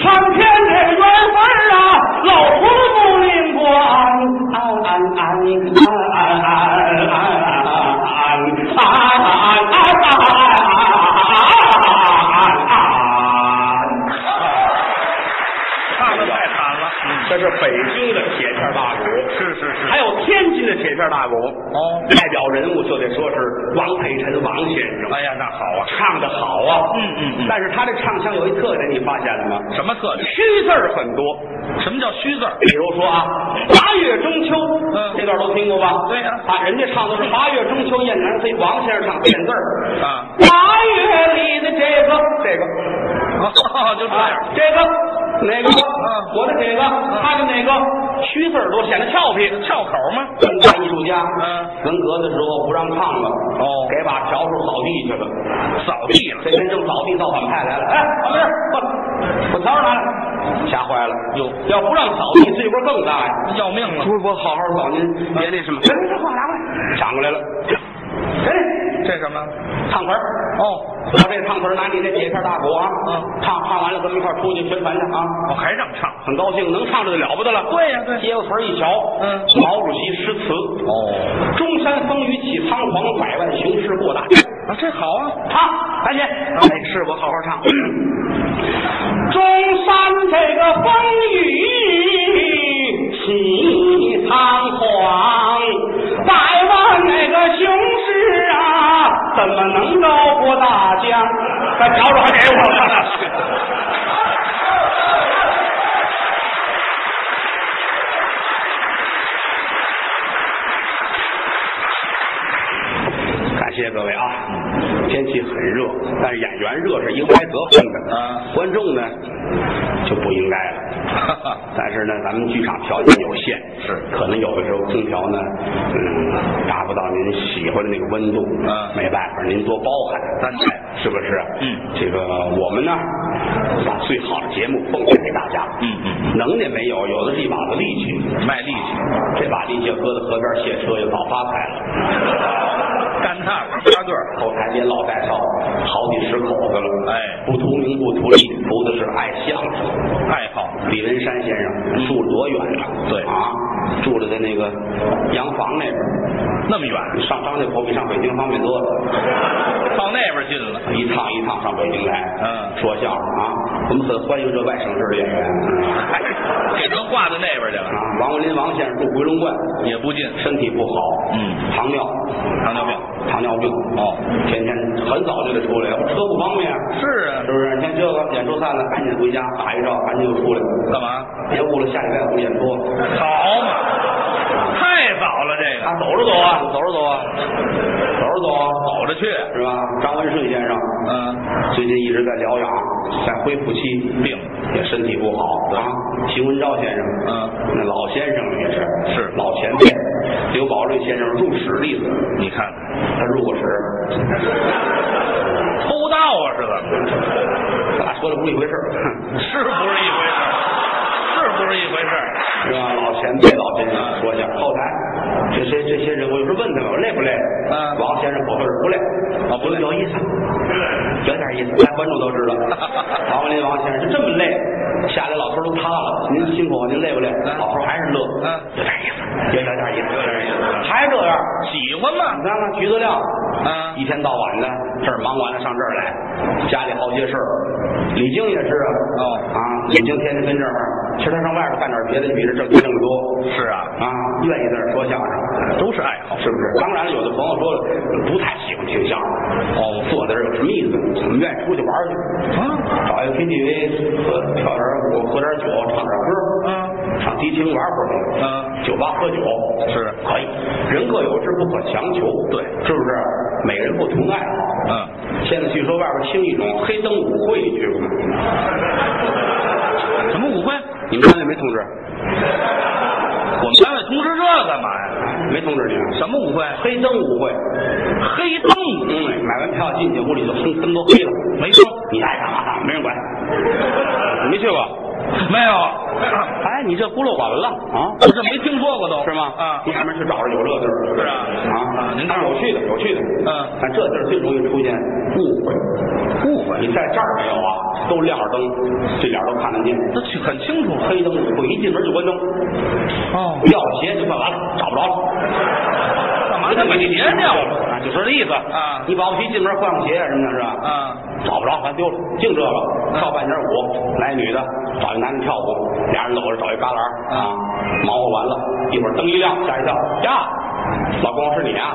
Speaker 1: 苍天这个缘分啊，老婆不灵光。安安安安安安安安
Speaker 5: 唱的太惨了。嗯
Speaker 2: 这是北京的铁片大鼓，
Speaker 5: 是是是
Speaker 2: 还有天津的铁片大鼓。
Speaker 5: 哦
Speaker 2: 代表人物就得说是王佩臣王先生。
Speaker 5: 哎呀，那好啊。
Speaker 2: 唱的好啊，
Speaker 5: 嗯嗯嗯
Speaker 2: 但是他这唱腔有一特点，你发现了吗？
Speaker 5: 什么特点？
Speaker 2: 虚字儿很多，
Speaker 5: 什么叫虚字儿？
Speaker 2: 比如说啊，八月中秋，
Speaker 5: 嗯
Speaker 2: 这段都听过吧？
Speaker 5: 对呀
Speaker 2: 啊，人家唱的是八月中秋雁 <laughs> 南飞，王先生唱变字儿，
Speaker 5: 啊
Speaker 2: 八月里的这个这个，哦就这样
Speaker 3: 啊这个哪个，我的哪个，他的哪个，虚字儿多显得俏皮。
Speaker 2: 翘口吗？
Speaker 1: 文化艺术家，
Speaker 2: 嗯
Speaker 1: 文革的时候不让唱了，
Speaker 2: 哦
Speaker 1: 给把笤帚扫地去了。
Speaker 2: 扫地了，
Speaker 1: 这人正扫地，造反派来了，哎，怎么事？把把笤帚拿来，吓坏了。
Speaker 2: 哟
Speaker 1: 要不让扫地，罪过更大呀。
Speaker 2: 要命了！
Speaker 1: 不不，好好扫您，别那什么。 <laughs> 来来，这话拿过来，抢过来了。哎，
Speaker 2: 这什么？
Speaker 1: 唱词儿，
Speaker 2: 哦，
Speaker 1: 把这唱词儿拿你这铁片大鼓啊，
Speaker 2: 嗯
Speaker 1: 唱唱完了，咱们一块儿出去宣传去啊。
Speaker 2: 我还让唱。
Speaker 1: 很高兴能唱这就了不得了。
Speaker 2: 对呀对
Speaker 1: 接过词儿一瞧，
Speaker 2: 嗯
Speaker 1: 毛主席诗词：
Speaker 2: 哦，
Speaker 1: 中山风雨起苍狂，百万雄师过大山。
Speaker 2: 啊，这好啊，
Speaker 1: 唱，赶紧，哎，是我好好唱。中山这个风雨起苍狂，百万那个雄师啊，怎么能高过大江？把
Speaker 2: 哎
Speaker 1: 笤帚还给我了。
Speaker 2: <laughs>
Speaker 1: 感谢各位啊！天气很热，但是演员热是应该得分的，
Speaker 2: 啊
Speaker 1: 观众呢就不应该了。但是呢，咱们剧场条件有限，
Speaker 2: <laughs> 是
Speaker 1: 可能有的时候空调呢，嗯，达不到您喜欢的那个温度，
Speaker 2: 嗯
Speaker 1: 没办法，您多包涵，
Speaker 2: 咱
Speaker 1: 是不是？
Speaker 2: 嗯
Speaker 1: 啊这个我们呢，把最好的节目奉献给大家，
Speaker 2: 嗯嗯，
Speaker 1: 能耐没有，有的是一把子力气，
Speaker 2: 卖力气，
Speaker 1: 这把力气要搁到河边卸车就早发财了。
Speaker 2: <laughs> 干那个扎个儿，
Speaker 1: 后台连老带少，好几十口子了。
Speaker 2: 哎
Speaker 1: 不图名不图利，图的是爱相声。
Speaker 2: 爱好
Speaker 1: 李文山先生住了多远啊？
Speaker 2: 嗯对
Speaker 1: 啊，住了在那个洋房那边儿，
Speaker 2: 那么远，
Speaker 1: 你上张家口比上北京方便多了。
Speaker 2: 到那边近了。
Speaker 1: 一趟一趟上北京来，
Speaker 2: 嗯
Speaker 1: 说相声啊，我们很欢迎这外省市的演员。
Speaker 2: 哎， <laughs> 给人划到那边去了，
Speaker 1: 啊，王文林王先生住回龙观，
Speaker 2: 也不近。
Speaker 1: 身体不好，
Speaker 2: 嗯，
Speaker 1: 糖尿，
Speaker 2: 糖尿病，
Speaker 1: 糖尿病，
Speaker 2: 哦，
Speaker 1: 天天很早就得出来，要不车不方便啊。
Speaker 2: 是啊
Speaker 1: 是，不是？你看这个演出散了，赶紧回家打一照，赶紧就出来，
Speaker 2: 干嘛？
Speaker 1: 别误了下礼拜五演出。
Speaker 2: 好嘛，太早了这
Speaker 1: 啊
Speaker 2: 个，，
Speaker 1: 走着走啊，走着走啊，走着走啊，
Speaker 2: 走着去。
Speaker 1: 是吧？张文顺先生
Speaker 2: 嗯，
Speaker 1: 最近一直在疗养，在恢复期，
Speaker 2: 病
Speaker 1: 也身体不好啊。邢文昭先生，
Speaker 2: 嗯，
Speaker 1: 那老先生了也是，
Speaker 2: 是
Speaker 1: 老前辈。刘宝瑞先生入室弟子，
Speaker 2: 你看看，
Speaker 1: 他入过室，
Speaker 2: 偷盗啊是怎么着？
Speaker 1: 咱啊俩说的不是一回事儿，
Speaker 2: 是不是一回事儿？是不是一回事儿？
Speaker 1: 是吧？老前辈、老先生说一下，后台这些这些人，我有时候问他们，我累不累？
Speaker 2: 嗯
Speaker 1: 王先生口头是不累，
Speaker 2: 哦不累
Speaker 1: 有意思，有点意思，来观众都知道。王文林王先生就这么累，下来老头都塌了，您辛苦，您累不累？
Speaker 2: 啊
Speaker 1: 老头还是乐，
Speaker 2: 嗯
Speaker 1: 有点意思，有有点意思，有点意思，还这样。
Speaker 2: 喜欢嘛
Speaker 1: 你？看看徐德亮，
Speaker 2: 嗯
Speaker 1: 一天到晚的这儿忙完了上这儿来，家里好些事儿。李菁也是啊，
Speaker 2: 哦
Speaker 1: 啊，李菁天天跟这儿，其实他上外边干点别的，比这挣钱挣得多
Speaker 2: 是啊，
Speaker 1: 啊，愿意在这儿说相声，
Speaker 2: 都是爱好。
Speaker 1: 是不是？当然了，有的朋友说了，不太喜欢听相声，
Speaker 2: 哦
Speaker 1: 坐在这儿有什么意思？我们愿意出去玩去，
Speaker 2: 啊，
Speaker 1: 找一个 KTV 喝跳点儿舞，喝点儿酒，唱点儿歌，
Speaker 2: 嗯
Speaker 1: 上迪厅玩会儿去，
Speaker 2: 嗯，
Speaker 1: 酒吧喝酒
Speaker 2: 是
Speaker 1: 可以，人各有志，不可强求，
Speaker 2: 对
Speaker 1: 是不是？每人不同爱好。
Speaker 2: 嗯，
Speaker 1: 现在据说外边兴一种黑灯舞会，你去过吗？
Speaker 2: 什么舞会？
Speaker 1: 你们单位没通知？
Speaker 2: 我们单位通知这干嘛呀？
Speaker 1: 没通知你啊？
Speaker 2: 什么舞会？
Speaker 1: 黑灯舞会，
Speaker 2: 黑灯舞
Speaker 1: 嗯，买完票进去，屋里就灯灯都黑了，
Speaker 2: 没灯，
Speaker 1: 你爱干嘛干嘛，没人管。你没去过？
Speaker 2: 没有，
Speaker 1: <laughs> 哎，你这孤陋寡闻了啊？
Speaker 2: 不是没听说过都
Speaker 1: 是吗？
Speaker 2: 啊
Speaker 1: 你，上面去找着有这地儿。
Speaker 2: 是啊
Speaker 1: 啊
Speaker 2: 啊，您
Speaker 1: 当然有趣的，有趣的。
Speaker 2: 嗯，
Speaker 1: 但这地儿最容易出现误会。
Speaker 2: 误会，
Speaker 1: 你在这儿没有啊？都亮着灯，这脸都看得见。
Speaker 2: 这去很清楚
Speaker 1: 黑灯我一进门就关灯，
Speaker 2: 哦
Speaker 1: 掉了鞋就算完了，找不着了。
Speaker 2: 干嘛呢？把你别尿了
Speaker 1: 啊，就说这意思
Speaker 2: 啊
Speaker 1: 你保不齐进门换换鞋什么的，是吧？
Speaker 2: 啊！
Speaker 1: 找不着，咱丢了，净这个。跳半截舞，来女的，找一男的跳舞，俩人搂着找一旮旯啊，忙活完了，一会儿灯一亮，吓一跳，呀，老公是你啊？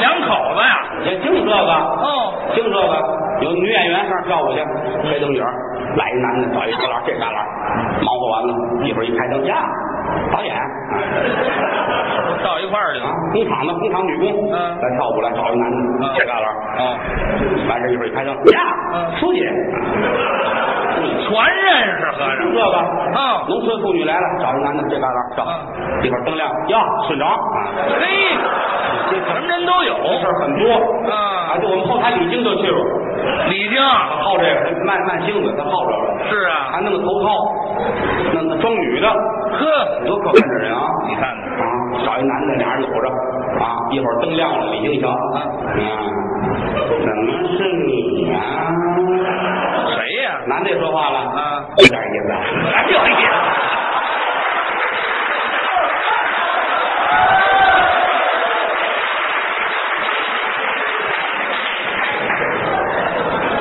Speaker 2: 两口子呀，
Speaker 1: 也净这个，
Speaker 2: 哦，
Speaker 1: 净这个。有女演员上跳舞去，黑灯影儿来一男的找一旮旯，这旮旯忙活完了，一会儿一开灯，呀，导演
Speaker 2: 到一块儿
Speaker 1: 啊工
Speaker 2: 去了。，
Speaker 1: 厂的工厂女工，
Speaker 2: 嗯
Speaker 1: 来跳舞来找一男的
Speaker 2: 嗯，
Speaker 1: 这旮旯，
Speaker 2: 哦
Speaker 1: 完事一会儿一拍灯，
Speaker 2: 嗯
Speaker 1: 呀，书记，
Speaker 2: 全认识和
Speaker 1: 这
Speaker 2: 尚。
Speaker 1: 个，
Speaker 2: 嗯
Speaker 1: 农村妇女来了，找一男的，这旮旯找，
Speaker 2: 嗯
Speaker 1: 一会儿灯亮，呀，村长，啊
Speaker 2: 嘿，什么人都有。
Speaker 1: 这事儿很多，
Speaker 2: 嗯
Speaker 1: 啊，就我们后台李菁就去了。
Speaker 2: 李菁
Speaker 1: 好这个，他慢慢性子，他好这个，
Speaker 2: 是啊
Speaker 1: 还，弄个头套，弄个装女的，
Speaker 2: 呵，
Speaker 1: 多可恨的人啊！
Speaker 2: 你看看，
Speaker 1: 啊，找一男的，俩人搂着，啊，一会儿灯亮了，李英桥，啊，嗯怎么是你呀、
Speaker 2: 谁呀？
Speaker 1: 男的也说话了，
Speaker 2: 啊
Speaker 1: 有点意思啊。
Speaker 2: 哎呦哎呀，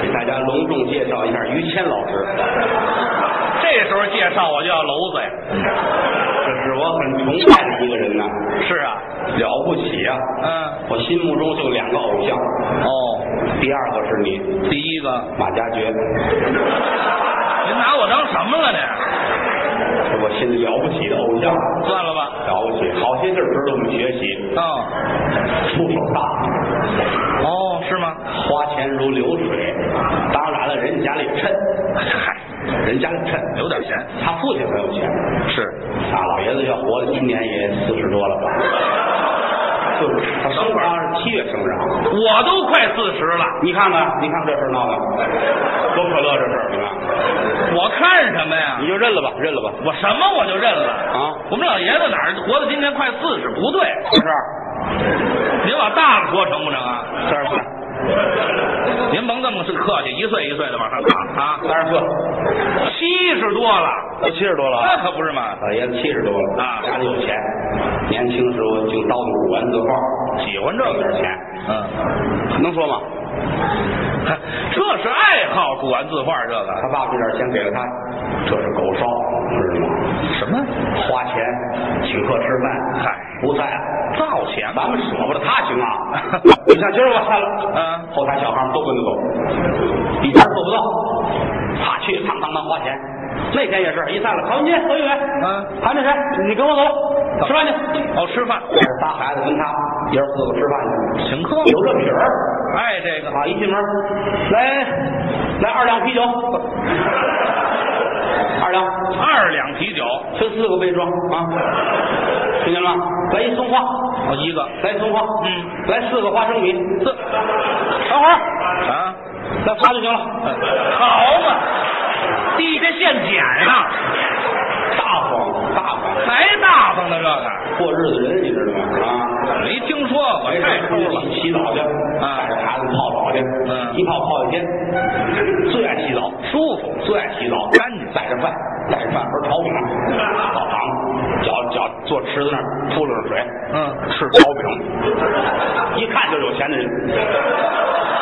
Speaker 1: 给大家隆重介绍一下于谦老师，
Speaker 2: 这时候介绍我就要娄子呀。
Speaker 1: 这是我很崇拜的一个人呐、
Speaker 2: 是啊，
Speaker 1: 了不起呀、
Speaker 2: 嗯，
Speaker 1: 我心目中就两个偶像，
Speaker 2: 哦，
Speaker 1: 第二个是你，
Speaker 2: 第一个，
Speaker 1: 马加爵，
Speaker 2: 您拿我当什么了呢？
Speaker 1: 是我心里了不起的偶像，
Speaker 2: 算了吧。
Speaker 1: 了不起，好些事儿值得我们学习。
Speaker 2: 哦，
Speaker 1: 出手大，
Speaker 2: 哦，是吗？
Speaker 1: 花钱如流水。当然了，人家里趁，
Speaker 2: 嗨，
Speaker 1: 人家里趁。
Speaker 2: 留点钱。
Speaker 1: 他父亲很有钱，
Speaker 2: 是，
Speaker 1: 大老爷子要活了，今年也四十多了吧？就是他生日啊，是七月生日啊。
Speaker 2: 我都快四十了，
Speaker 1: 你看看，你看这事儿闹的，多可乐这事儿，你看，
Speaker 2: 我看什么呀
Speaker 1: 你？就认了吧，认了吧。
Speaker 2: 我什么我就认了
Speaker 1: 啊
Speaker 2: 我们老爷子哪儿活到今年快四十？不对，
Speaker 1: 这事儿，
Speaker 2: 您往大了说成不成啊？
Speaker 1: 三十四，
Speaker 2: 您甭这么客气，一岁一岁的往上爬啊！
Speaker 1: 三十四，
Speaker 2: 七十多了，
Speaker 1: 都七十多了啊。
Speaker 2: 那可不是嘛？
Speaker 1: 老爷子七十多了
Speaker 2: 啊
Speaker 1: 家里有钱，年轻时候净叨咕古玩字画，
Speaker 2: 喜欢这
Speaker 1: 挣点
Speaker 2: 个，
Speaker 1: 钱，
Speaker 2: 嗯，
Speaker 1: 能说吗？
Speaker 2: 这是爱好，古玩字画这
Speaker 1: 他
Speaker 2: 个
Speaker 1: 爸爸这点钱给了他，这是狗烧，知道吗？
Speaker 2: 什么
Speaker 1: 花钱请客吃饭，
Speaker 2: 嗨
Speaker 1: 不在啊，
Speaker 2: 造钱吧？
Speaker 1: 咱们舍不得他行啊。你像今儿我看了，
Speaker 2: 嗯
Speaker 1: 后台小孩们都跟着走，一边做不到，他去，当当当花钱。那天也是一散了，曹云金、何玉伟，
Speaker 2: 嗯，
Speaker 1: 韩振山，你跟我走，吃饭去。
Speaker 2: 哦，吃饭
Speaker 1: 带着仨孩子跟他爷儿四个吃饭
Speaker 2: 请客，
Speaker 1: 去，有这撇儿。
Speaker 2: 爱这个
Speaker 1: 啊，一进门，来来二两啤酒，二两，
Speaker 2: 二两啤酒，
Speaker 1: 分四个杯装啊，听见了吗？来一松花，
Speaker 2: 哦，一个
Speaker 1: 来一松花，
Speaker 2: 嗯，
Speaker 1: 来四个花生米，
Speaker 2: 这
Speaker 1: 等会儿
Speaker 2: 啊，
Speaker 1: 来仨就行了，
Speaker 2: 好嘛，地下现捡啊，
Speaker 1: 大方大方，
Speaker 2: 还大方呢这个，
Speaker 1: 过日子人你知道吗？啊。
Speaker 2: 没听说过，
Speaker 1: 没事
Speaker 2: 太抠了，
Speaker 1: 洗澡去，带着孩子泡澡去，
Speaker 2: 嗯
Speaker 1: 一泡泡一天，最爱洗澡，
Speaker 2: 舒服，
Speaker 1: 最爱洗澡，
Speaker 2: 干净
Speaker 1: 带着饭，带着饭盆炒
Speaker 2: <laughs>
Speaker 1: 饼，澡堂，脚脚坐池子那儿扑棱着水，
Speaker 2: 嗯，
Speaker 1: 吃炒饼，一看就有钱的人，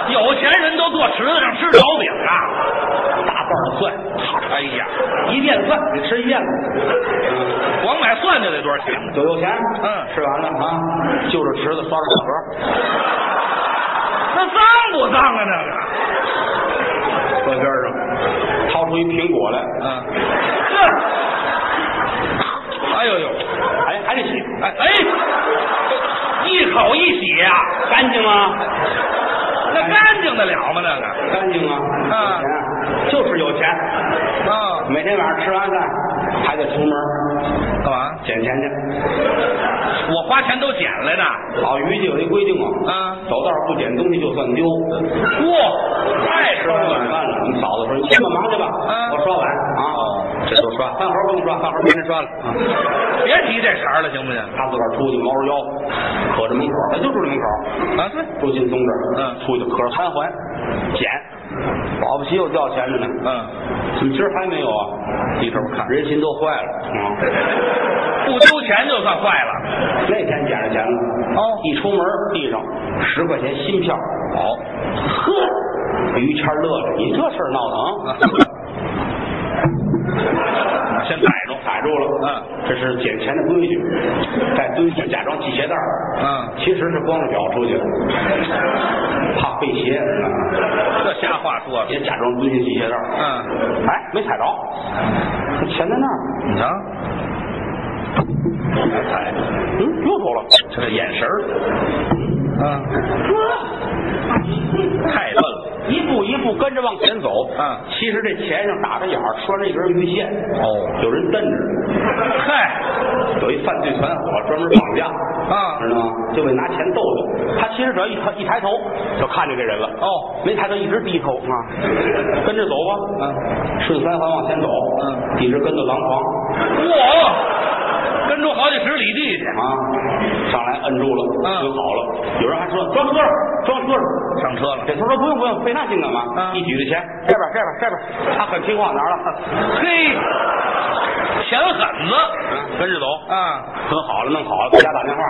Speaker 2: 有钱人都坐池子上吃炒饼啊，
Speaker 1: 大瓣儿的蒜，
Speaker 2: 哎呀，
Speaker 1: 一垫蒜，你吃一垫子，
Speaker 2: 光买蒜就得多少钱？
Speaker 1: 就有钱，
Speaker 2: 嗯
Speaker 1: 吃完了啊，就着池子刷着小河，
Speaker 2: 那脏不脏啊？那个，
Speaker 1: 搁边上，掏出一苹果来，
Speaker 2: 嗯，这，哎呦呦，
Speaker 1: 还还得洗，
Speaker 2: 哎哎，一口一洗呀、
Speaker 1: 干净吗？
Speaker 2: 那干净得了吗？那个，
Speaker 1: 干净啊，
Speaker 2: 嗯
Speaker 1: 有钱啊，就是有钱，
Speaker 2: 啊，
Speaker 1: 每天晚上吃完饭还得出门儿
Speaker 2: 干嘛？
Speaker 1: 捡钱去。
Speaker 2: 我花钱都捡来的。
Speaker 1: 老于家有一规定啊，
Speaker 2: 啊，
Speaker 1: 走道儿不捡东西就算
Speaker 2: <laughs>
Speaker 1: 丢。
Speaker 2: 嚯，太
Speaker 1: 吃
Speaker 2: 深
Speaker 1: 完晚
Speaker 2: 了！
Speaker 1: 饭了，我们嫂子说：“你先把忙去吧，
Speaker 2: 嗯哦
Speaker 1: 我刷碗啊，这都刷，饭盒不用刷，饭盒明天刷了。啊
Speaker 2: 嗯别提这茬儿了，行不行？
Speaker 1: 他自个儿出去猫着腰，可着门口，他就住这门口，
Speaker 2: 啊，对，
Speaker 1: 住金松这儿，
Speaker 2: 嗯
Speaker 1: 出去可着三环，捡，保不齐又掉钱着呢。
Speaker 2: 嗯，
Speaker 1: 怎么今儿还没有啊？一头看，人心都坏了
Speaker 2: 嗯
Speaker 1: 啊！
Speaker 2: 不丢钱就算坏了。
Speaker 1: 那天捡着钱了，
Speaker 2: 哦
Speaker 1: 一出门地上十块钱新票，
Speaker 2: 好，
Speaker 1: 呵，于谦乐了，你这事儿闹的
Speaker 2: <laughs>
Speaker 1: 啊！
Speaker 2: 先逮住。
Speaker 1: 踩住了，
Speaker 2: 嗯，
Speaker 1: 这是捡钱的规矩，再蹲下假装系鞋带儿
Speaker 2: 嗯，
Speaker 1: 其实是光着脚出去的，怕费鞋，
Speaker 2: 这瞎话说的。
Speaker 1: 也假装蹲下系鞋带儿
Speaker 2: 嗯，
Speaker 1: 哎，没踩着，钱在那儿，
Speaker 2: 你瞧，
Speaker 1: 哎，嗯，又走了，
Speaker 2: 这眼神儿啊，太笨了。
Speaker 1: 一步一步跟着往前走。
Speaker 2: 嗯
Speaker 1: 其实这钱上打着眼儿拴着一根鱼线。
Speaker 2: 哦
Speaker 1: 有人瞪着。
Speaker 2: 嗨，
Speaker 1: 有一犯罪团伙专门绑架，
Speaker 2: 啊
Speaker 1: 知道吗？就为拿钱逗他。他其实只要一抬一抬头，就看见这人了。
Speaker 2: 哦
Speaker 1: 没抬头，一直低头
Speaker 2: <laughs>
Speaker 1: 啊，跟着走吧。
Speaker 2: 嗯，
Speaker 1: 顺三环往前走，
Speaker 2: 嗯，
Speaker 1: 一直跟到廊坊
Speaker 2: 嚯，跟出好几十里地去。
Speaker 1: 啊，上来摁住了，
Speaker 2: 嗯
Speaker 1: 就好了。有人还说装车上，装车上。
Speaker 2: 上车了，
Speaker 1: 这他说不用不用，费那劲干嘛？
Speaker 2: 嗯
Speaker 1: 一举着钱，这边这边这边，他很听话，哪儿了？
Speaker 2: 嘿，钱狠
Speaker 1: 嗯
Speaker 2: 子，跟着走啊，
Speaker 1: 很好了，弄好了，给家打电话，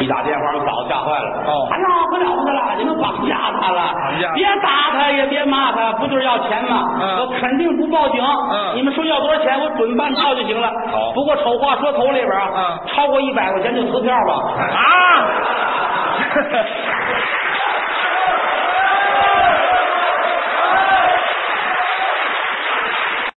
Speaker 1: 一打电话，我嫂子吓坏了。
Speaker 2: 哦
Speaker 1: 哎呀，不了不得了，你们绑架他了！
Speaker 2: 绑架
Speaker 1: 别打他，也别骂他，不就是要钱吗？
Speaker 2: 嗯
Speaker 1: 我肯定不报警。
Speaker 2: 嗯
Speaker 1: 你们说要多少钱，我准办到就行了。
Speaker 2: 好
Speaker 1: 不过丑话说头里边啊，
Speaker 2: 嗯
Speaker 1: 超过一百块钱就撕票吧。
Speaker 2: 啊，